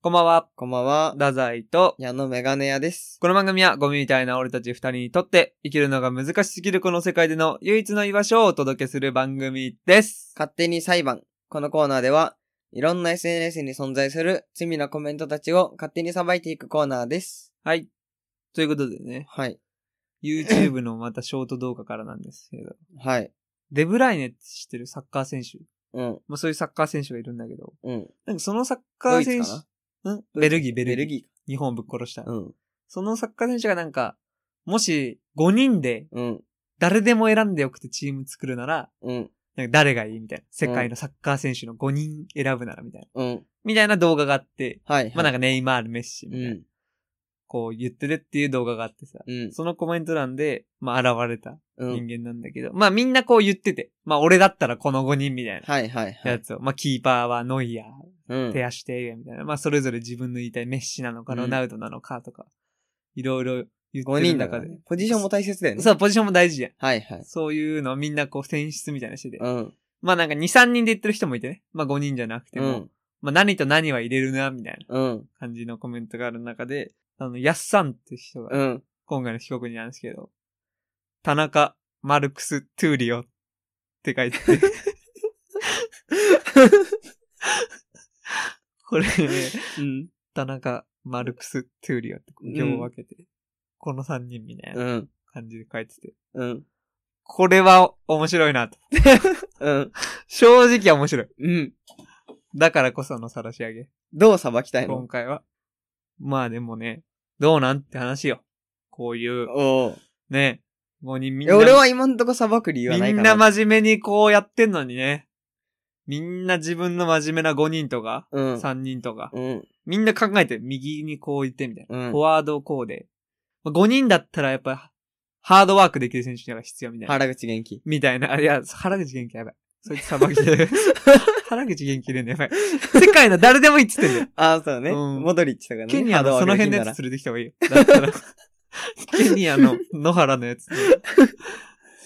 こんばんは、こんばんは。ダザイと、矢野メガネ屋です。この番組はゴミみたいな俺たち二人にとって、生きるのが難しすぎるこの世界での唯一の居場所をお届けする番組です。勝手に裁判。このコーナーでは、いろんな SNS に存在する罪なコメントたちを勝手に裁いていくコーナーです。はい。ということでね、はい。 YouTube のまたショート動画からなんです けど、はい。デブライネって知ってるサッカー選手。うん。まあそういうサッカー選手がいるんだけど、うん。なんかそのサッカー選手うドイツ、んベルギー、ベルギー。ベルギ日本をぶっ殺した。ーか。うん。そのサッカー選手がなんか、もし5人でうん。誰でも選んでよくてチーム作るなら、うん。なんか誰がいいみたいな。世界のサッカー選手の5人選ぶならみたいな。うん。みたいな動画があって、はい、はい。まあなんかネイマール、メッシみうたいな、ん。こう言ってるっていう動画があってさ、うん。そのコメント欄で、まあ現れたう人ん。間なんだけど、まあみんなこう言ってて、まあ俺だったらこの5人みたいはい、はい、はなやい。つを、まあキーパーはノイヤうー、ん。手足手みたいな、まあそれぞれ自分の言いたいメッシなのか、うんロナウドなのかとか、いろいろ言っ5てる人だか中ら、でね。。ポジションも大切だよね。そう、ポジションも大事やん。はい、はい。そういうのをみんなこう選出みたいなしてて。うん。まあなんか2、3人で言ってる人もいてね。まあ5人じゃなくてうも、ん。まあ何と何は入れるな、みたいなうん。感じのコメントがある中で、あの、ヤッサンって人が、うん。今回の被告人なんですけど、田中マルクス・トゥーリオって書いて て。これね、うん。田中マルクス・トゥーリオってこう行を分けて、この3人みたいなうん。感じで書いてて。うん。これは面白いなと。うん。正直面白い。うん。だからこその晒し上げ。どう裁きたい今の回は。まあでもね、どうなんって話よ。こういう、おうね、5人みいんな、や俺は今んとこ裁く理由はなみいかんら。な真面目にこうやってんのにね。みんな自分の真面目な5人とか、うん。 3人とか、うん。みんな考えて右にこう行ってみたいな。うんフォワードこうで。5人だったらやっぱ、ハードワークできる選手が必要みたいな。原口元気。みたいな。あいや、原口元気やばい。そいつ裁きで る。原口元気いるんだよ、やばい。世界の誰でもいいっつってんだよ。ああ、そうね。うんモドリッチとかね。ケニアハードのワそのークで辺きのるやなつら連れてきた方がいいよ。だった ら。ケニアの野原のやつ。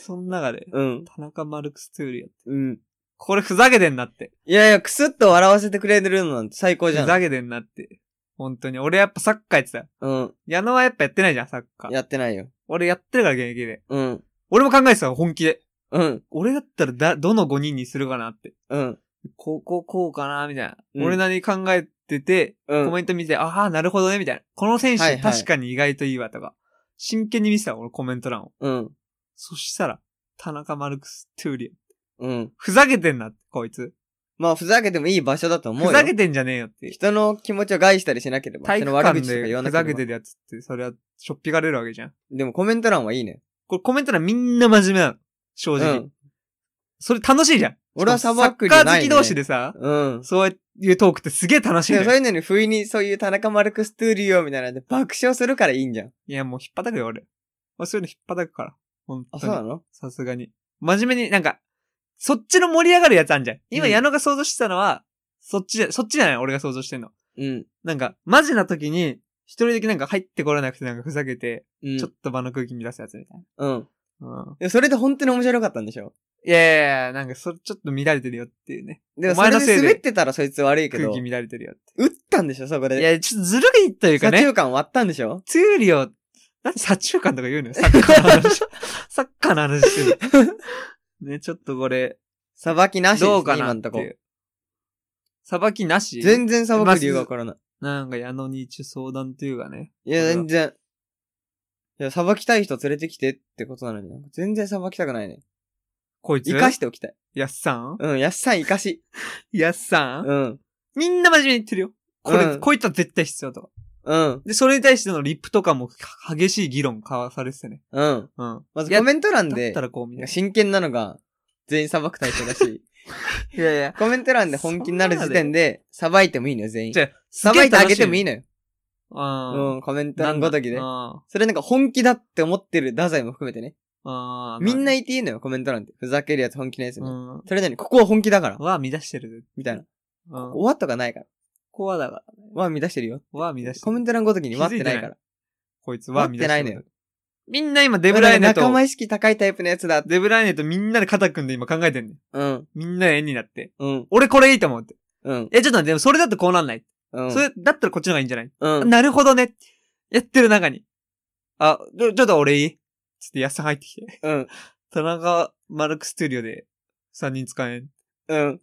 その中で、うん。田中マルクス・トゥーリオって。うん。これふざけてんなって。いやいや、くすっと笑わせてくれてるのなんて最高ふじゃん。ざけてんなって。本当に。俺やっぱサッカーやってた。うん。矢野はやっぱやってないじゃん、サッカー。やってないよ。俺やってるから現役で。うん。俺も考えてたわ本気で。うん。俺だったらだ、どの5人にするかなって。うん。こう、こう、こうかな、みたいな。うん俺なりに考えてて、うん。コメント見て、ああ、なるほどね、みたいな。この選はい手はい確かに意外といいわ、とか。真剣に見てたわ、俺コメント欄を。うん。そしたら、田中マルクス・トゥーリオ。うん。ふざけてんなって、こいつ。まあ、ふざけてもいい場所だと思うよ。ふざけてんじゃねえよって。人の気持ちを害したりしなければ。体人育の悪館口とか言でわふなけれざば。けてるやつって、それは、しょっぴかれるわけじゃん。でもコメント欄はいいね。これコメント欄みんな真面目なの。正う直。ん。それ楽しいじゃん。俺はしかも砂漠サじッゃカーない好ねき同士でさ、うん。そういうトークってすげえ楽しいでのよもそういうのに不意にそういう田中マルクストゥーリオみたいなんで爆笑するからいいんじゃん。いや、もう引っ叩くよ、俺。俺そういうの引っ叩くから。本当あ、に。そうなのさすがに。真面目に、なんか、そっちの盛り上がるやつあんじゃん。今、うん矢野が想像してたのは、そっちじゃ、そっちじゃない俺が想像してんの。うん。なんか、マジな時に、一人だけなんか入ってこらなくてなんかふざけて、うんちょっと場の空気乱すやつみたいうん。な。うん。でもそれで本当に面白かったんでしょいやいやいや、なんかそれちょっと乱れてるよっていうね。でもおそ前のれせいでで滑ってたらそいつ悪いけ空ど気、乱れてるよっ打ったんでしょそこて。いで。や、ちょっとずるいというか左ね中、間割ったんでしょツーリオ、なんで左中間とか言 うのよ。サッカーの話。サッカーの話してる。ね、ちょっとこれ、さばきなしです、ね、どうかな今っんてとこい。う。さばきなし全然さばく理由がわからない。なんか矢野に一応相談というかね。いや、全然。いや、さばきたい人連れてきてってことなのに、全然さばきたくないね。こいつ。生かしておきたい。やっさんうん、やっさん生かし。やっさんうん。みんな真面目に言ってるよ。これ、うんこいつは絶対必要とか。うん、で、それに対してのリップとかもは激しい議論交わされててね。ううん。ん。まずいやコメント欄だっでた、らこうみたいな。真剣なのが、全員さばく対象だし、 いやいや。コメント欄で本気になる時点で、さばいてもいいのよ、全員じ。ゃあ、さばいてあげてもいいいのよ。うん。うん、コメント欄ごときでう。ん。それなんか本気だって思ってる太宰も含めてね。あーみんな、言っていいのよ、コメント欄って。ふざけるやつ本気のやつね。うん。それなのに、ここは本気だから。は乱してる。みたいな。うん。わとかないから。こはだから。わ乱してるよ。は乱してコるメ。ント欄ごときにわってない気づいてかなら。こいつは乱してる。待ってないのよみんな今デブライネ仲と、間意識高いタイプのやつだって。デブライネとみんなで肩組んで今考えてんねうん、みんなで円になって。うん、俺これいいと思うって。うん、え、ちょっと待って、でもそれだとこうなんない。うん。それ、だったらこっちの方がいいんじゃない、うん。なるほどね。やってる中に。あ、ちょ、ちょっと俺いいつって安さん入ってきて。うん。田中マルクストゥリオで3人使えん。うん。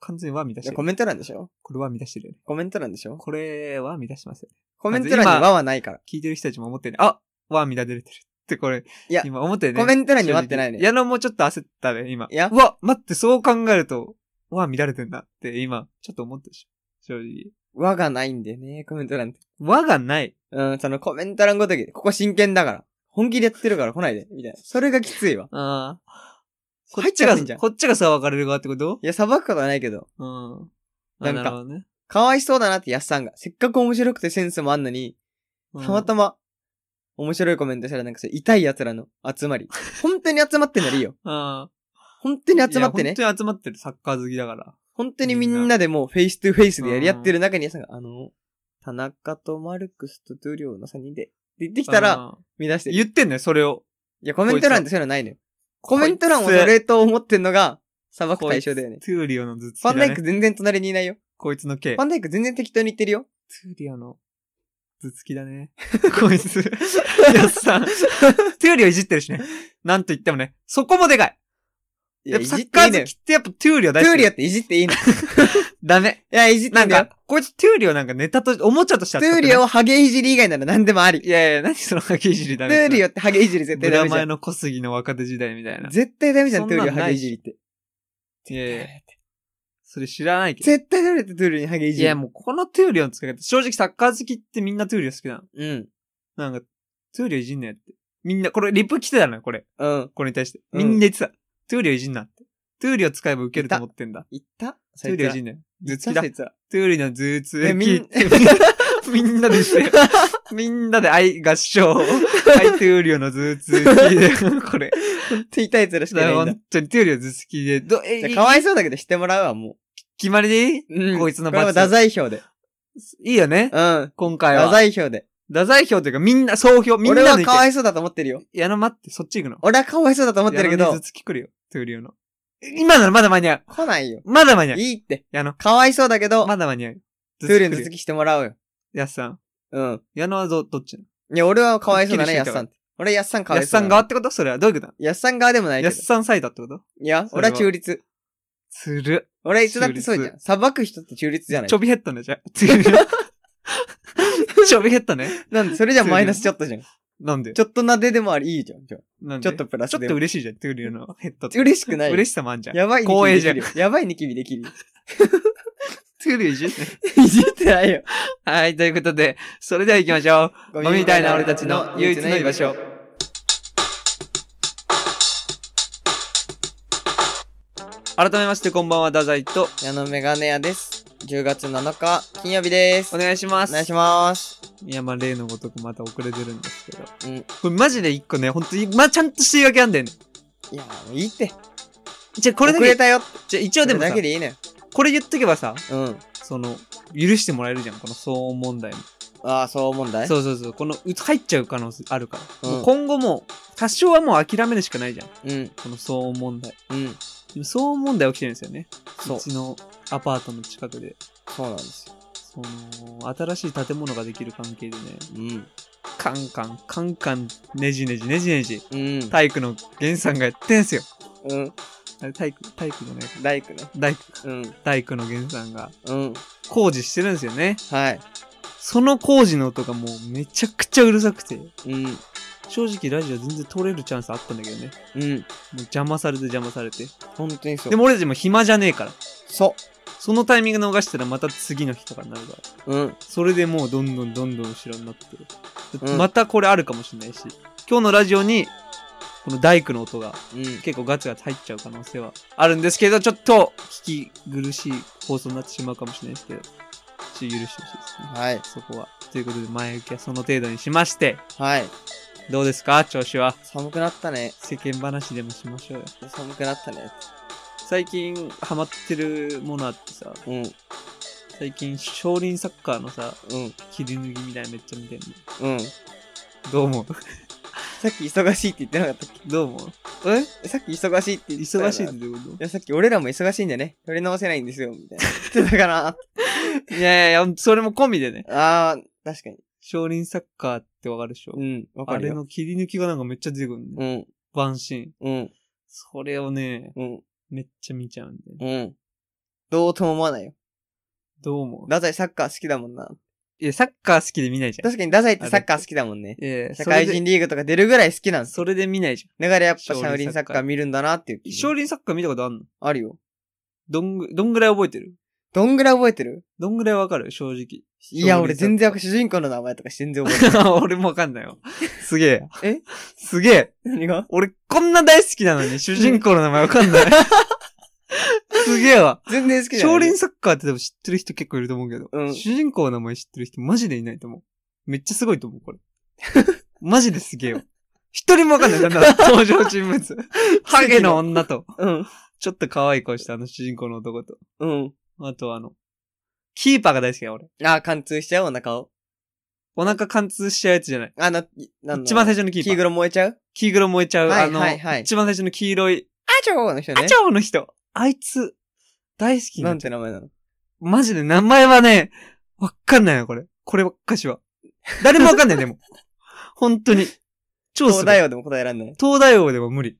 完全には見出しいやてコる。メント欄でしょこれは見出してるよね。コメント欄でしょこれは見出してますよね。コメント欄に今和はないから。聞いてる人たちも思ってるね。あは見出れてるってこれ。いや今思ってね。コメント欄にはってない正ね。直矢野もちょっと焦ったね、今。いやうわ、待って、そう考えると、は見られてんだって今、ちょっと思ったでしょ。正直。和がないんだよね、コメント欄って。和がない。うん、そのコメント欄ごとき、ここ真剣だから。本気でやってるから来ないで、みたいな。それがきついわ。ああ。こ入っっちちゃがう、んじゃん。いこっちがさ、分かれる側ってことや、裁くことはないけど、うん。なあんなかるほどね。かわいそうだなって、やっさんが。せっかく面白くてセンスもあんのに、うたんまたま、面白いコメントしたら、なんかそう痛い奴らの 集まり。本当に集まってんならいいよ。うん。本当に集まっていねや。本当に集まってる、サッカー好きだから。本当にみんなでもうフェイストゥフェイスでやり合ってる中に、さんが、あの、田中とマルクスとトゥリオの3人で、って言ってきたら、うん、見出して。い言ってんね、それを。や、コメント欄ってそういうのないのよ。コメント欄をそれと思ってんのが、裁く対象だよね。トゥーリオの頭突きファだ、ね。ンダイク全然隣にいないよ。こいつの刑。ファンダイク全然適当に言ってるよ。トゥーリオの頭突きだね。 こいつ。やっさん。トゥーリオいじってるしね。なんと言ってもね、そこもでかい。いやや、っいぱサじっッてカいいのーよ好き。ってやっぱトゥーリオト大ゥ好き。ーリオっていじっていいの。いダメ。や、いじってないいんんだよか。、こいつトゥーリオなんかネタと、おもちゃとしてトゥーリオをハゲいじり以外なら何でもあり。いやいや、何そのハゲいじりトダメゥーリオオってハゲいじり絶対ダ名メじゃ前ん。の小杉の若手時代みたいな。絶対ダメじゃん、そんトゥなんーリオハゲいじりって。いやいやそれ知らないけど。絶対ダメだってトゥーリオにハゲいいじり。や、もうこのトゥーリオの使い方、正直サッカー好きってみんなトゥーリオ好きなの。うん。なんか、トゥーリオいじんなよって。みんな、これリップ来てたのよ、これ。うん。これに対して。うんみんな言ってた。トゥーリオいじんなって。トゥーリオ使えば受けると思ってんだ。言ったトゥーリオいじんなよ。頭ず突つきだ。そトいつはゥーリオの頭え突みんきって。 みんなでして。みんなで愛合唱。 はい、トゥーリオの頭突きで。これ。って言いたい奴らしか いないんだ本。当にトゥーリオの頭突きで。ど、え、じゃあいかわいそうだけどしてもらうわ、も。決まりでいいううん。こいつのこれは罰太宰票で。いいよねうん。今回太は。宰票で。太宰票というかみんな、総票、みん俺なはの意かわ見。いそうだと思ってるよ。矢野待って、そっち行くの。俺はかわいそうだと思ってるけ矢野どに、頭突き来るよ。トゥーリオの。今ならまだ間に合う。来ないよ。まだ間に合う。いいって。矢野。かわいそうだけど、まだ間に合う。トゥーリオの頭突き来るよ続きしてもらおうよ。やっさん。うん。矢野はど、どっちなのいや、俺はかわいそうだね、はっやっきりしてさたんって。俺はやっさんかわやっいそさうだんな。側ってことそれはどういうことなやっさん側でもないのけやっど。さんサイダーってこといや、それは俺は中立。つる。俺はいつだってそうじゃん。裁く人って中立じゃないちょ。び減ったね、じ ゃあ。つるちょび減ったね。なんで、それじゃマイナスちょっとじゃん。ちなんでょっとなででもあり、いいじゃん。じゃあなんちでょっとプラちょスっでとも。嬉しいじゃん、トゥーリオの減ったって。嬉しくないよ。嬉しさもあんじゃん。やばいニキビ光栄じゃんできるよやばいニキビできる よ。トゥーリオいじって。いじってない よ。はい、ということで、それでは行きましょう。ゴゴミみたいな俺たちの唯一の居場所。。改めまして、こんばんは、太宰と、矢野メガネ屋です。10月7日、金曜日です。おお願いします。願いします。いや、まあ、例のごとくまた遅れてるんですけど。うんこれマジで一個ね、ほんとに、まあ、ちゃんとして言い訳あんだよね。いや、もういいって。じゃあ、これだ遅れけ、たよって。じゃあ一応でもそされだけでいいね。これ言っとけばさ、うん。その、許してもらえるじゃん、この騒音問題も。ああ、そう問題そうそうそう、この、う入っちゃう可能性あるから。うんもう今後もう、多少はもう諦めるしかないじゃん、こうん。の騒音問題。うん。でも騒音問題起きてるんですよね。そううちのアパートの近くで。そうなんですよ。その、新しい建物ができる関係でね、うん。カンカン、カンカン、ねじねじねじねじ、うん。体育の源さんがやってんすよ。うん。あれ体育、体育のね、大工ね。大工うん。大工の源さんがうん。工事してるんですよね。はい。その工事の音がもうめちゃくちゃうるさくて、うん。正直ラジオ全然撮れるチャンスあったんだけどね。うん。もう邪魔されて邪魔されて。本当にそう。でも俺たちも暇じゃねえから。そそのタイミング逃したらまた次の日とかになるから。う。うん。それでもうどんどんどんどん後ろになってる。うんまたこれあるかもしれないし、今日のラジオにこの大工の音がうん。結構ガツガツ入っちゃう可能性はあるんですけど、ちょっと聞き苦しい放送になってしまうかもしれないですけど、ちょっと許してほしいですね。はい。そこは。ということで、前置きはその程度にしまして、はい。どうですか調子は。寒くなったね。世間話でもしましょうよ。寒くなったね。最近ハマってるものあってさ、うん。最近少林サッカーのさ、うん。切り抜きみたいなのめっちゃ見てるの。うん。どう思うさっき忙しいって言ってなかったっどうも。えけさっき忙しいって言ってたよな忙しいってどういうこいや、さっき俺らも忙しいんでね、取り直せないんですよ、みたいな。言ってたかな。といやいやいや、それも込みでね。あー、確かに。少林サッカーってわかるでしょうん、わあかるれよ。の切り抜きがなんかめっちゃ出てくるね。うん、ワンシーン。うん、それをね、うん、めっちゃ見ちゃうんだよね。うん。どうとも思わないよ。どう思うダザイサッカー好きだもんな。いや、サッカー好きで見ないじゃん。確かにダザイってサッカー好きだもんね。ええ社会人リーグとか出るぐらい好きなんですよ。それで見ないじだからやっぱ少シ林ャウリンサッサッカカーー見るんだなっていうゃん。気。少林サッカー見たことあんのあるよ。どんぐ、どんぐらい覚えてるどんぐらい覚えてるどんぐらいわかる正直。いや、俺全然少主人公の名前とか全 然覚えて林サッカー 俺もわかんないよ。すげえ。えすげえ。ない。何が俺こんな大好きなのに主人公の名前わかん ない。すげえわ。全然好きじゃない。少林サッカーって多分知ってる人結構いると思うけど、うん主人公の名前知ってる人マジでいないと思う。めっちゃすごいと思う、 これ。マジですげえよ。一人もわかんない。なんだ、 登場人物。ハゲの女と、うん、ちょっと可愛い顔したあの主人公の男と、うん。あとあの、キーパーが大好きだよ、俺。あー、貫通しちゃうお腹を。お腹貫通しちゃうやつじゃない。あ、な、なんだ一番最初のキーパ黄ー。黒燃えちゃう黄色燃えちゃう、はいあの、はいはい一番最初の黄色い、あちょーの人ね。あちょーの人。あいつ、大好きななんて名前なのマジで名前はね、わかんないよ、これ。こればっかしは。誰もわかんない、でも。本当に。超す東ごい大王でも答えらんない。東大王でも無理。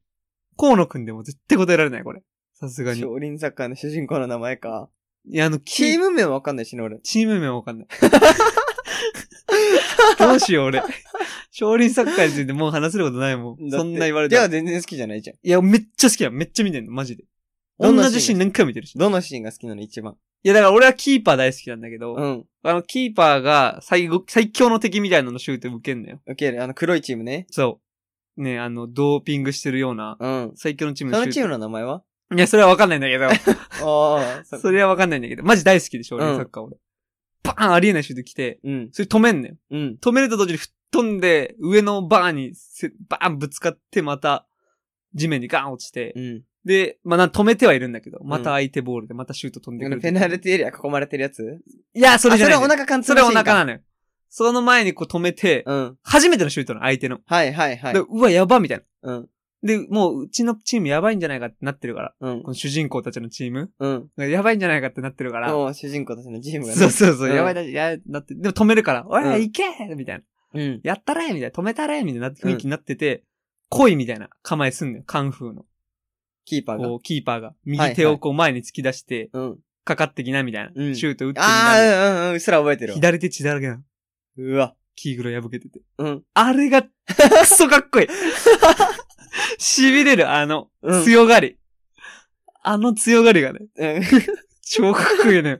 河野くんでも絶対答えられない、これ。さすがに。い少林サッカーの主人公の名前か。や、あの、チーム、ム名もわかんないしね、俺。チーム名わかんない。 どうしよう、俺。少林サッカーについてもう話せることないもん。だっそてんな言われじゃたあら。全然好きじゃないじゃん。いや、めっちゃ好きやん。めっちゃ見てんの、マジで。ど同んなシーンじシーン何回も見てるし。いどのシーンが好きなの一番。や、だから俺はキーパー大好きなんだけど、うん。あの、キーパーが最後、最強の敵みたいなのシュート受けんだよ。受ける。あの黒いチームね。そう。ね、あの、ドーピングしてるような、うん。最強のチーそムののシュートチームの名前はいや、それはわかんないんだけ ど、ああ、そそれはわかんないんだけど、マジ大好きでしょ、俺、うんサッカー俺。バーンありえないシュート来て、うん。それ止めんねん。うん。止めると同時に吹っ飛んで、上のバーンにせ、バーンぶつかって、また、地面にガーン落ちて、うん。で、まあ、な止めてはいるんだけど、また相手ボールで、またシュート飛んであくのる。ペナルティエリア囲まれてるやついや、それじゃないあんだよ。それはお腹貫通それはお腹か。なのよ。その前にこう止めて、うん。初めてのシュートの相手の。はいはいはいで。うわ、やば、みたいな。うん。で、もう、うちのチームやばいんじゃないかってなってるから。うんこ。の主人公たちのチームうん。やばいんじゃないかってなってるから。もう主人公たちのチームがね。そうそうそう、うんやばいだ、や、なって、でも止めるから、おい、うん行けみたいな。うん。やったれみたいな。止めたれみたいなうん雰囲気になってて、恋みたいな構えすんのよ。カンフーの。キーパーがこ。う、キーパーが。右手をこう前に突き出して、うん。かかってきな、みたいな。うんシュート打ってみあな。あ、うんうんうん。うっすら覚えてるわ。左手血だらけなの。うわ。キーグロ破けてて。うん。あれが、くそかっこいい。痺れる、あのう、ん強がり。あの強がりがね、うん。超かっこいいのよ。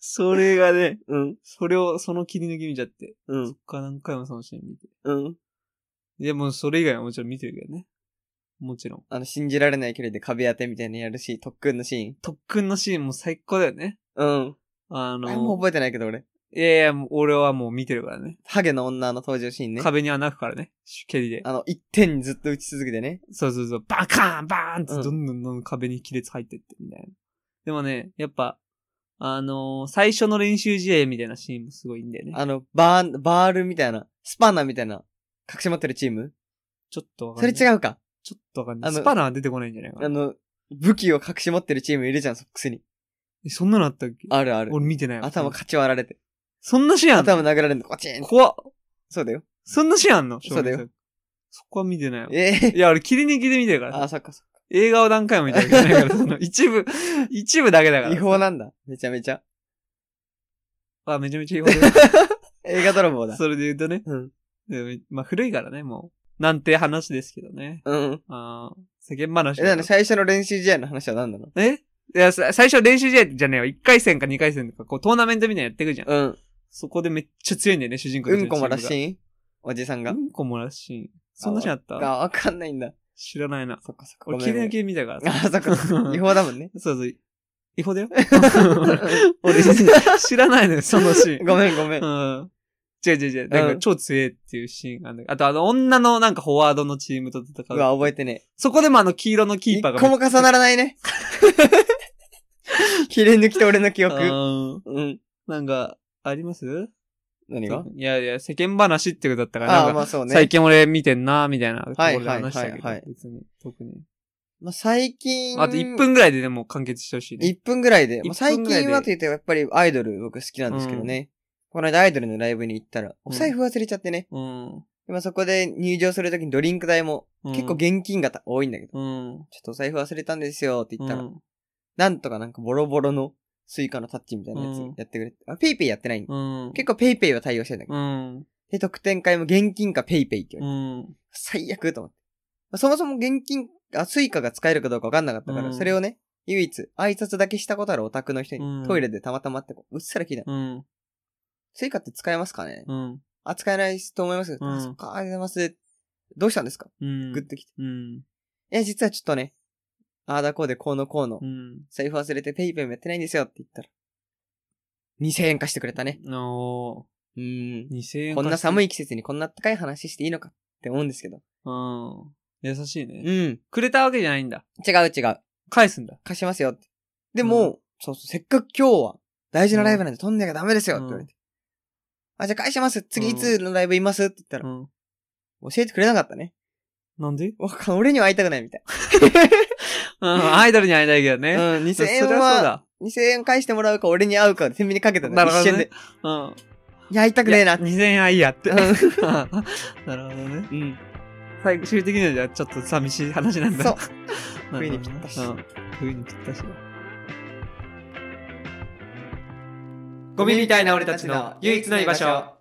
それがね、 うん。それを、その切り抜き見ちゃって。うそんっ。から何回もそのシーン見て。うん。でもうそれ以外はもちろん見てるけどね。もちろん。あの、信じられない距離で壁当てみたいなのやるし、特訓のシ特訓のシーンも最高だよね。ーン。うん。あのあれも覚えてないけど俺。いやいや、もう俺はもう見てるからね。ハゲの女の登場シーンね。壁に穴開くからね。蹴りで。あの、一点にずっと打ち続けてね。そうそうそう。バカーンバーンってうんどんどんどんどん壁に亀裂入ってってみたいな。でもね、やっぱ、あのー最初の練習試合みたいなシーンもすごいんだよね。あの、バーン、バールみたいな、スパナみたいな、隠し持ってるチームちょっとわかそんなれい。違う。うか。ちょっとわかんない。あのスパナは出てこないんじゃないかあな。の、武器を隠し持ってるチームいるじゃん、ソックスに。えそんなのあったっけあるある。俺見てないわ頭かち割られて。そんなシーンあんの頭殴られるの、コチン怖っ。そうだよ。そんなシーンあんのそうだよ。少林寺そこは見てないわ。ええいや、俺切り抜きで見てるからあ、さ。そっかそっ映画を何回も見てるわけじゃないから、その一部、一部だけだかか。ら。違法なんだ。めちゃめちゃ。あ、めちゃめちゃ違法だよ映画泥棒だ。それで言うとね。うん。でもまあ、古いからね、もう。なんて話ですけどね。うん。あー世間話だかえ、ならの最初の練習試合の話は何なのえいや、さ最初練習試合じゃねえよ。1回戦か2回戦とか、こう、トーナメントみたいなのやってくじゃん。うん。そこでめっちゃ強いんだよね、主人公うんこもらしい。いおじさんうが。んこもらしい。そんなシーンあったあ、わかんないんだ。知らないな。そっかそっか。ご俺、切めんりごめ抜んきで見たから さ。あ、そっかそっか。違法だもんね。そうそう。違 法だよ。ご俺、知らないのよ、そのシーン。めんごめん。うん。違う違う違う。なんうかん超強えっていうシーンがあるんだけど。あとあの女のなんかフォワードのチームと戦うう。わ、覚えてねそこでもあの黄色のえ。キー一パーが。個も重ならないね。 切れ抜きと俺の記憶。うんうん。なんか、あります何がいやいや、世間話ってことだったから、なああ、んか、まあそうね。最近俺見てんな、みたいなとこはいろで話したけはいはいはいど、別に、特に。まあ最近。あと1分ぐらいででも完結してほしいね。一分ぐらいで。一まあ、最分ぐらいで近はと言ってやっぱりアイドル僕好きなんですけどね。この間アイドルのライブに行ったら、お財布忘れちゃってね。うん。今そこで入場するときにドリンク代もうん結構現金型多いんだけど、うん。ちょっとお財布忘れたんですよって言ったら、うんなんとかなんかボロボロのスイカのタッチみたいなやつうんやってくれて、あ、ペイペイやってないんだ。うん。結構ペイペイは対応してんだけど、うん。で、特典会も現金かペイペイって言われて、うん。最悪と思って。まあそもそも現金、あ、スイカが使えるかどうかわかんなかったから、うんそれをね、唯一挨拶だけしたことあるオタクの人に、うんトイレでたまたまってこううっすら聞いたうの。ん。スイカって使えますかね、うん。あ、使えないと思いますけど、うあ、んそっか、ありがとうございます。どうしたんですかうん。グッときて。うん。いや、実はちょっとね、あーだこうでこうのこうのう、ん。財布忘れてペイペイもやってないんですよって言ったら、2000円貸してくれたね。おうーん。ー、2000円。こんな寒い。い季節にこんな暖かい話していいのかって思うんですけど。うん。優しいうね。ん。くれたわけじゃないんだ。違う違う。返すんだ。貸しますよって。でも、そうそう、せっかく今日は大事なライブなんで取んなきゃダメですよって言われて。あ、じゃあ返します。次いつのライブいますって言ったら、ん。教えてくれなかったね。なんでわか俺には会いたくないみたい。うん、アイドルに会いたいけどね。うん。 うん、2000そりゃ円そうは、だ。 2000円返してもらうか俺に会うか、天秤にかけたのなるほど一ね瞬で。うん。いや、会いたくねえなって。 2000円はいいやって。 うんなるほどね。うん。最終的にはじゃあちょっと寂しい話なんだ。そう。なるほどね冬にぴったしうん冬にぴったしだ。ゴミみたいな俺たちの唯一の居場所。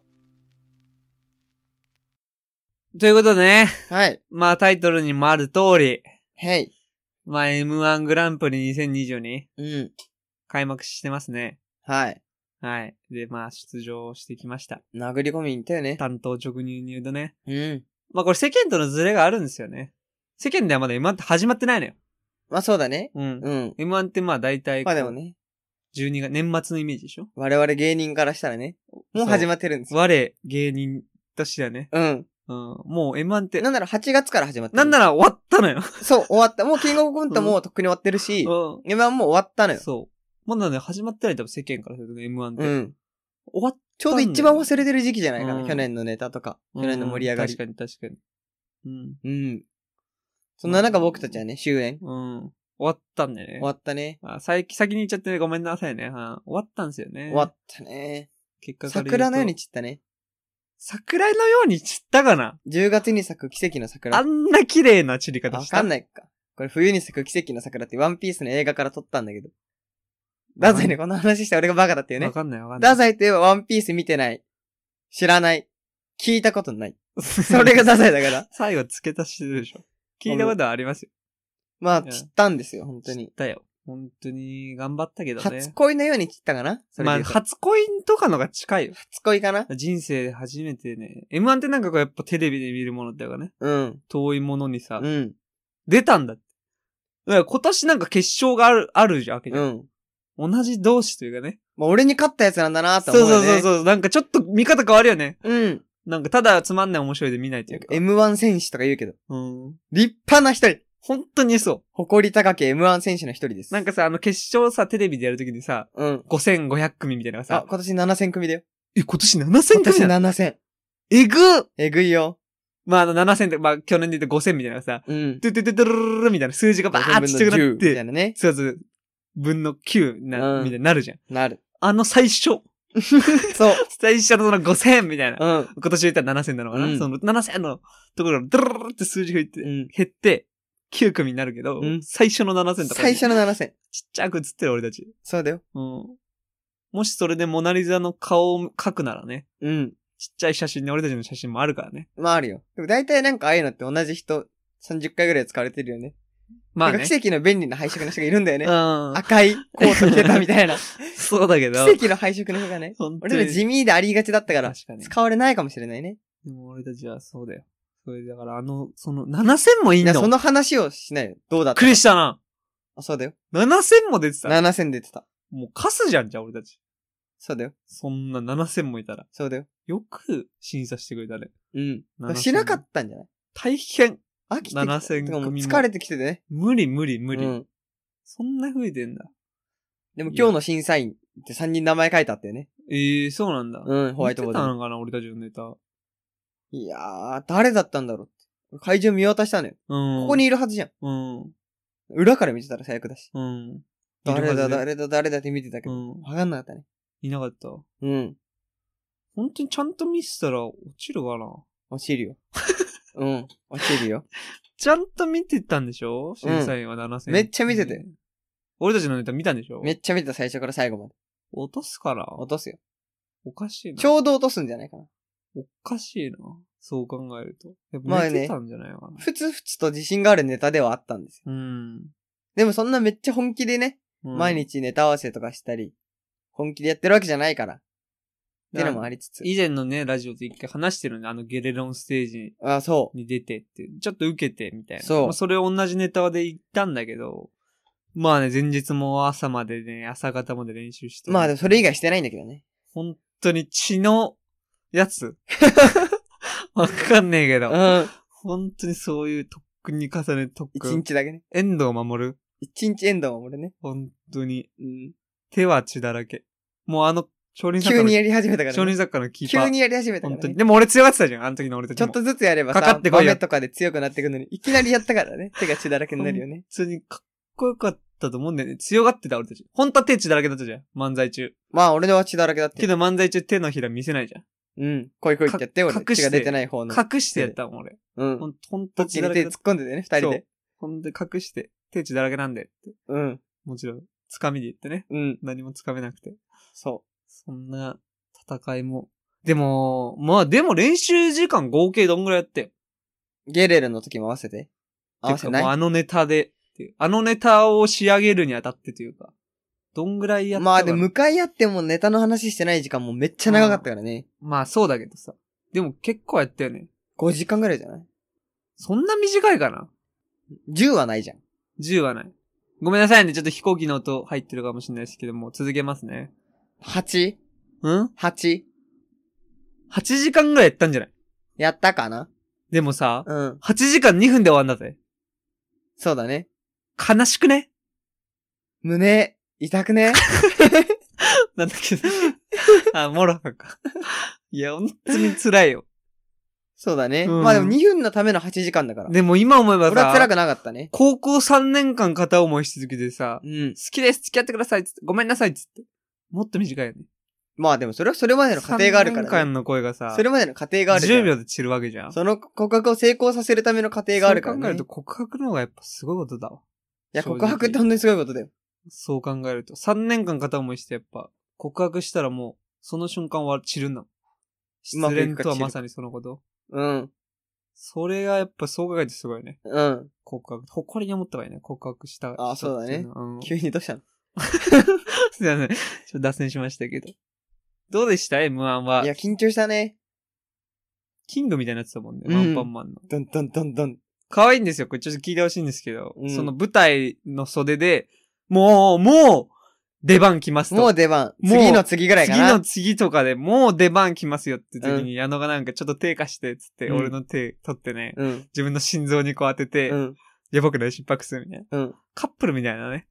ということでね、はい。まあタイトルにもある通り、はい。まあ M1 グランプリ2022うん。開幕してますね。はい。はい。で、まあ出場してきました。殴り込みに行ったよね。担当直入に言うとね。うん。まあこれ世間とのズレがあるんですよね。世間ではまだ M1 って始まってないのよ。まあそうだね。うん。うん。 M1 ってまあ大体、まあでも。ね、 12月、年末のイメージでしょ我々芸人からしたらね、もう始まってるんですよ。我、芸人としてはね。うん。うん。もう M1 って、なんなら8月から始まってなんなら終わったのよ。ら、そう、終わった。もうキングオブコントもうとっくに終わってるし、う M1 もう終わったのん。よ。そう。まだね、始まってない多分世間からするとね、M1 って。うん。終わっちょうど一番忘れてる時期じゃないかうな。ん去年のネタとか、去年の盛り上がり。確かに確かに。うん。うん。そんな中僕たちはね、終演。うん。終わったんだよね。終わったね。あ最近、先に言っちゃってねごめんなさいね。うん終わったんですよね。終わったね。結果から言うと桜のように。散ったね。桜のように散ったかな10月に咲く奇跡の桜。あんな綺麗な散り方わした。かんないか。これ冬に咲く奇跡の桜ってワンピースの映画から撮ったんだけど。ダザイね、この話して俺がバカだったよねわ。かんないわかんない。ダザイといえばワンピース見てない。知らない。聞いたことない。そそれがダザイだから。最後付け足してるでしょ。聞いたことはありますよ。まあ、うん散ったんですよ、本当知っに。たよ。本当に頑張ったけど初ね。恋のように散ったかなそれまで言あ、うと初恋とかのが近いよ。初恋かな人生で初めてね。M1 ってなんかこうやっぱテレビで見るものだからね。うん。遠いものにさ、うん。出たんだって。だから今年なんか決勝がある、あるじゃんわけじゃ。うんん。同じ同士というかね。まあ、俺に勝ったやつなんだなとそう思うそようね。そうそう。なんかちょっと見方変わるよね。う。うん。なんかただつまんない面白いで見ないというか。 M1 選手とか言うけど。うん。立派な一人。本当にそ誇り高き M1 選手の一人です。う。なんかさ、あの決勝さ、テレビでやるときにさ、うん。 5500組みたいなのがあさ、、今年7000組だよ。え、今年今7000年組なの7000。えぐっえぐいよ。まあ、あの7000って、まあ、去年で言うと5000みたいなのがさ、うん。ドゥドゥドゥドゥルルルルみたいな数字がバーってちっちゃくなっみたいて、なね。そうそう、分の9な、うんみたいになるじゃん。なる。あの最初、そう。最初のその5000みたいな。 うん。今年で言ったら7000なのかな、うんその7000のところがドゥルルルルって数字が減って、うん。減って、9組になるけど、うん最初の7000とか、最初の7000。ちっちゃく映ってる俺たち。そうだよ。うん。もしそれでモナリザの顔を描くならね、うん。ちっちゃい写真に俺たちの写真もあるからね。まああるよ。でも大体なんかああいうのって同じ人30回ぐらい使われてるよね。まあなねんか。奇跡の便利な配色の人がいるんだよね。う赤いコート着てたみたい な。奇ん。 そうだけど。跡の配色の人がね。本当に俺ら地味でありがちだったから、確かに使われないかもしれないね。でも俺たちはそうだよ。それだからあの、その、7000もいいいのや、その話をしないよ。どうだびっっくたりしたな。あ、そうだよ。 7000も出てた。 7000出てた。もうカスじゃんじゃん、俺たち。そうだよ。そんな7000もいたら。そうだよ。よく審査してくれたね。うん。 7000しなかったんじゃない大変。飽きてきた。 7000てかもう組も疲れてきててね。無理無理無理。うんそんな増えてんだ。でも今日の審査員、って3人名前書いてあったよね。ええー、そうなんだ。うん、ホワイトボー見てたドのかな、俺たちのネタ。に。いやー、誰だったんだろうって。会場見渡したのよ。うん。ここに。いるはずじゃん。うん。裏から見てたら最悪だし。うん。誰だ、いるはずで誰だ、誰だって見てたけうど。ん。わかんなかったね。いなかった。うん。本当にちゃんと見せたら落ちるかな。落ち るよ。うん、落ちるよ。ちゃんと見てたんでしょ審査員は7000、めっちゃ見てたよ。俺たちのネタ見たんでしょめっちゃ見てた最初から最後まで。落とすから。落とすよ。おかしいな。ちょうど落とすんじゃないかな。おかしいな。そう考えると。やっまあぱね寝てたんじゃないかな。ふつふつと自信があるネタではあったんですよ。うん。でもそんなめっちゃ本気でね、うん毎。日ネタ合わせとかしたり、本気でやってるわけじゃないから。ってのもありつつ。以前のね、ラジオで一回話してるね。あのゲレロンステージあ、そう。に出てって、ちょっと受けてみたいな。そうまあ、それを同じネタで行ったんだけど、まあね、前日も朝までね、朝方まで練習して、まあでもそれ以外してないんだけどね。本当に血のや つ。わかんねえけど。うん。本当にそういう特訓に重ね特一訓。日だけね。遠藤守る。一日エンドは俺ね。本当に。うん。手は血だらけ。もうあの、少林サッカ急ーのに、やり始めたから少ね。林サッカーのキーパー。急にやり始めたか本ら当に。ね。でも俺強がってたじゃん、あの時の俺たちちょも。っとずつやればさ、かかってこいよ豆とかで強くなってくのに、いきなりやったからね。手が血だらけになるよね。普通にかっこよかったと思うんだよね。強がってた俺たち。本当は手血だらけだったじゃん、漫才中。まあ俺のは血だらけだってけ。ど漫才中手のひら見せないじゃん。うん。こいこいってやって、か俺。隠血してが出てない方の。隠してやったもん、俺。うん。ほこんほんっとち血にだら手け突だっった。込んでてね、二人で。ほんで隠して、手血だらけなんでって。うん。もちろん、掴みで言ってね。うん。何も掴めなくて。そそんな戦いも。でも、まあでも練習時間合計どんぐらいやってよう。ゲレルの時も合わせて。合わせてかもうなあのネタでっていうあのネタを仕上げるにあたってというか、どんぐらいいやったかまあで、向かい合ってもネタの話してない時間もめっちゃ長かったからね。まあそうだけどさ。でも結構やったよね。 5時間ぐらいじゃないそんな短いかな ?10 はないじゃん。 ?10 はない。ごめんなさいね。ちょっと飛行機の音入ってるかもしれないですけども、続けますね。 8?8? うん ?8 時間ぐらいやったんじゃないやったかなでもさ、うん。 8時間2分で終わんだぜ。そうだね。悲しくね胸、痛くねなんだっけあ、モロハか。いや、本当に辛いよ。そうだね。うんまあでも2分のための8時間だから。でも今思えば俺は辛さ、くなかったね。高校3年間片思いし続けてさ、うん好。きです、付き合ってくださいっつって、ごめんなさいっつって。もっと短いよね。まあでもそれはそれまでの過程があるか3年らね。間の声がさ、それまでの過程があるから。 10秒で散るわけじゃん。その告白を成功させるための過程があるからそう考えね。るとい告白の方がやっぱすごいことだわ。や、正直告白って本当にすごいことだよ。そう考えると。3年間片思いしてやっぱ、告白したらもう、その瞬間は散るんだもん。う失まくい恋くかとはまさにそのこと。うん。それがやっぱそう考えてすごいね。うん。告白。誇りに思ったわよね、告白した人あそうだねっていうのはうん。急にどうしたのすいません。 ちょっと脱線しましたけど。どうでした ?M1 は。いや、緊張したね。キングみたいになってたもんね。うんワンパンマンの。どんどんどんどん。可愛いんですよ。これちょっと聞いてほしいんですけど、うんその舞台の袖で、もう、もう、出番来ますと。もう出番。もう次の次ぐらいか次のな。次とかでもう出番来ますよって時に、矢野がなんかちょっと手貸して、つって、うん俺の手取ってね、うん。自分の心臓にこう当てて、うん。やばくない心拍数みたいな。うん。カップルみたいな ね。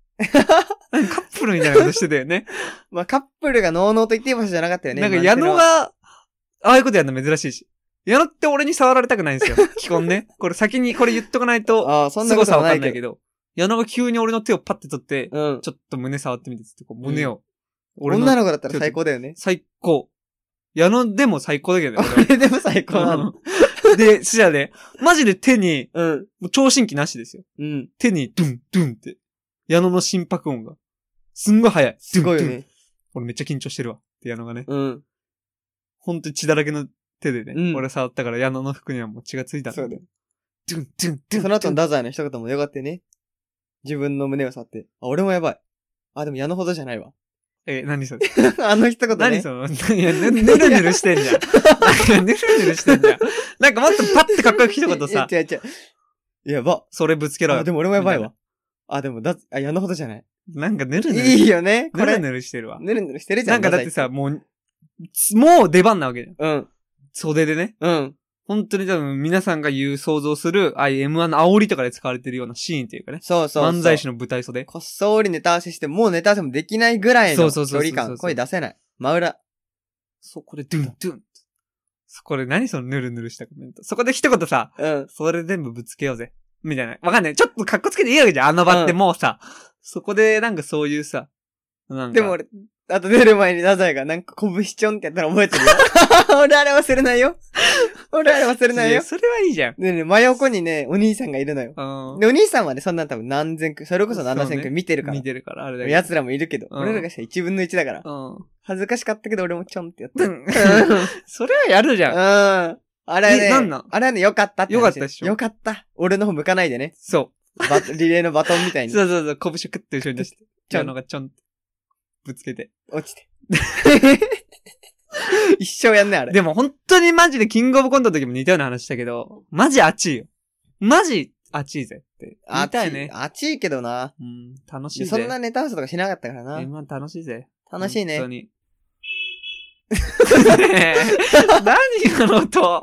なんかカップルみたいなことしてたよね。まあ、カップルがノーノーと言っていい場所じゃなかったよね。なんか今矢のと野ころは。が、ああいうことやるの珍しいし。矢野って俺に触られたくないん ですよ。既婚ね。これ先にこれ言っとかないと、ああ、そんな凄ことさはわなかんいなけいどけ。ど、矢野が急に俺の手をパッて取って、うん。ちょっと胸触ってみてっつって、こう胸を。俺女のの子だったら最高だよね。最高。矢野でも最高だけどね。俺は俺でも最高 なの。で、視野で、マジで手に、うん。もう聴診器なしですよ。うん。手に、ドゥン、ドゥンって。矢野の心拍音が。すんごい速い。すごいよドゥン。ドゥンね。俺めっちゃ緊張してるわ。って矢野がね。うん。ほんと血だらけの手でね。うん俺触ったから矢野の服にはもう血がついたんそうだよ。ドゥン、ドゥン、ドゥン。その後ドゥのンダザーの一言もよかったね。自分の胸を触って。あ、俺もやばい。あ、でも矢野ほどじゃないわ。え、何それ。 あの一言ね。何その、いや、ぬぬるぬるしてんじゃん。なんかぬるぬるしてんじゃん。なんかもっとパッてかっこよく一言さい、や違う違う。やば。それぶつけろあ、よで。も俺もやばいみたわ。あ、でもだ、あ、矢野ほどじゃない。なんかぬるぬる。いいよね。こぬるれ、ぬるしてるわ。ぬるぬるしてるじゃ。なんんかだってさ、もう、つもう出番なわけじゃん。うん。袖でね。うん。本当に多分皆さんが言う、想像する、ああいう M1 の煽りとかで使われてるようなシーンっていうかね。そうそうそう漫才師の舞台袖。こっそりネタ合わせして、もうネタ合わせもできないぐらいそのうそ距うそうそう離感、声出せない。真裏。そこでドゥンドゥン。そこで何そのヌルヌルしたコメント。そこで一言さ、うん。それ全部ぶつけようぜ。みたいな。わかんない。ちょっと格好つけていいわけじゃん。あの場ってうんもうさ、そこでなんかそういうさ、なんか。でも俺、あと出る前にダザイがなんか拳ちょんってやったら覚えて るよ。俺あれ忘れないよ。 俺あれ忘れないいやよ。それはいいじゃん。でね、真横にね、お兄さんがいるのよ。うん。で、お兄さんはね、そんな多分何千組、それこそ何そう千ね組見てるから。見てるから、あれだけど。奴らもいるけど、うん俺らがしたら1分の1だから。うん。恥ずかしかったけど俺もちょんってやった。う うんん。 それはやるじゃん。うん。あれね、えなんなんあれはね、よかったって話よかったでしょよかった。俺の方向かないでね。そ。バトリレーのバトンみたいう にそうそうそう。拳をクッと後ろに出して。ちちょんょんのがちょんって。ぶつけて。落ちて。 一生やんねあれ。でも本当にマジでキングオブコントの時も似たような話したけど、マジ熱いよ。マジ熱いぜって。言いたいね。暑い暑いけどな。うん、楽しいぜ。そんなネタ合わせとかしなかったからな。 M1 楽しいぜ。楽しい本当ね。に。 ねえ何今の 音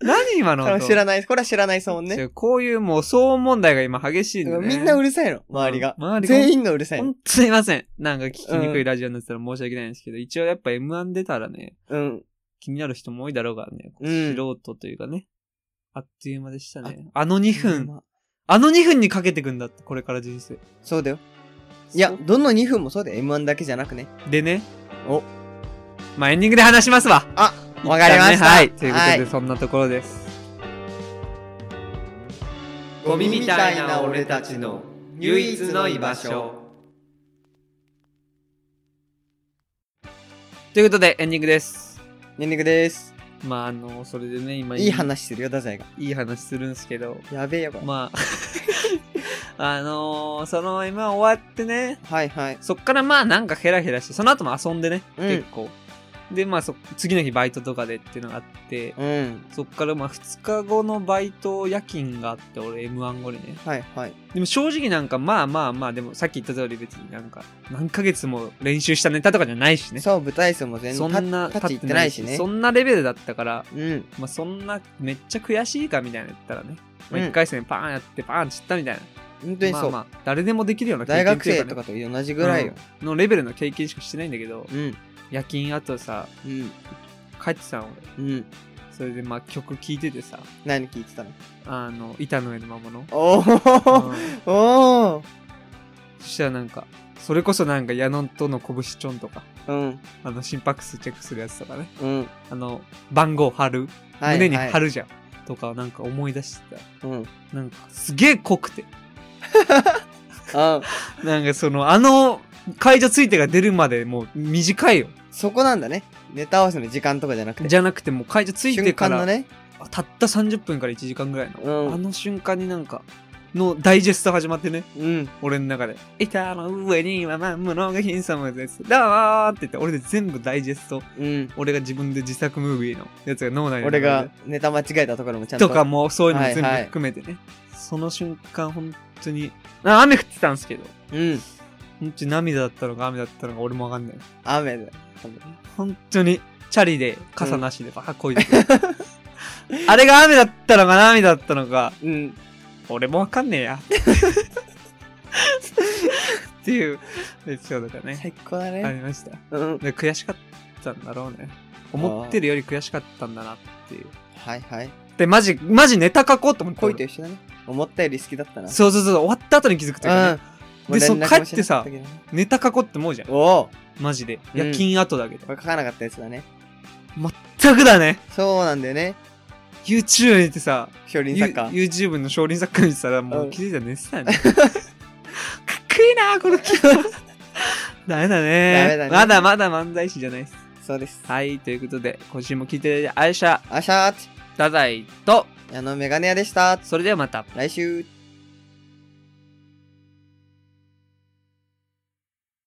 何今の音知らない、これは知らないそうもん違ね。うこういうもう騒音問題が今激しいんで、ね。みんなうるさいの、周りが。うん周りが全員のうるさいほのん。とすいません。なんか聞きにくいラジオになってたら申し訳ないんですけど、一応やっぱ M1 出たらね、うん。気になる人も多いだろうからね、うん素人というかね、あっという間でしたね。あの2分、まあ。あの2分にかけてくんだって、これから人生。そうだよ。いや、どの2分もそうだよ。M1 だけじゃなくね。そう、でね、お、まあエンディングで話しますわ。あ、わかりま一旦ねした。はい。ということはで、そんなところです。ゴミみたいな俺たちの唯一の居場所。ということで、エンディングです。エンディングです。まあ、あの、それでね、今いい話してるよ、ダザイが。いい話するんですけど、やべえよ、これ。まあ、 あのーその、今終わってね、はいはい。そっからまあなんかヘラヘラして、その後も遊んでね、うん結構。で、まあそ、次の日バイトとかでっていうのがあって、うん。そっからまあ2日後のバイト夜勤があって、俺 M1 後にね。はいはい。でも正直なんかまあまあまあ、でもさっき言った通り別になんか、何ヶ月も練習したネタとかじゃないしね。そう、舞台数も全そ然んなタッチいってないしねそ。んなレベルだったから、うん。まあそんな、めっちゃ悔しいかみたいなの言ったらね。まあうん1回戦パーンやってパーン散ったみたいな。本当にまそあう。まあ、誰でもできるような経大験っ学ていう生ねとかと同じぐらいよ。うんのレベルの経験しかしてないんだけど、うん。夜勤あとさうん。帰ってたの俺うん。それでまあ曲聴いててさ何聞いてたのあの板の上の魔物おおうんおおそしたらなんかそれこそなんか矢野との拳ちょんとかうん。あの心拍数チェックするやつとかねうん。あの番号貼るはい胸に貼る。るじゃん、とかをなんか思い出してうん。たなんかすげえ濃くてあなんかそのあの会場ついてが出るまでもう短いよそこなんだね。ネタ合わせの時間とかじゃなくて。じゃなくてもう会場ついて瞬か間らのね。たった30分から1時間ぐらいの、うんあの瞬間になんかのダイジェスト始まってねうん。俺の中で「板の上には魔物が貧相なやつだー」って言って俺で全部ダイジェストうん。俺が自分で自作ムービーのやつが脳内に俺がネタ間違えたところもちゃんと。とかもそういうのも全部はいはい含めてね、その瞬間本当にあ雨降ってたんですけどうん。本当に涙だったのか雨だったのか俺もわかんない雨だ。本当にチャリで傘なしでバーこいでて、 あれが雨だったのか雨だったのかうん。俺もわかんねえや。っていうエピソードがね、最高だあね。りました。うん。で悔しかったんだろうね。思ってるより悔しかったんだなっていう。はいはい。で、マジ、マジネタ書こうと思って。恋と一緒だね。思ったより好きだったな。そうそうそう、終わった後に気づくというかね、うん。でそもう連絡も帰ってさしなかったけどねネタ書こうって思うじゃん。おおマジで。うん夜勤後だけどこ。れ書かなかったやつだね。全くだね。そうなんだよね。 YouTube に行ってさ、少林ユサッカー。 YouTube の少林サッカーにしたら、もうんう気づいたら寝てた よね。かっこいいな、このキッド。ダメだダメねだねまだまだ漫才師じゃないです。そうです。はい、ということで、今週も聞いていただいて、愛車、あしゃー太宰と、あのメガネ屋でした。それではまた。来週。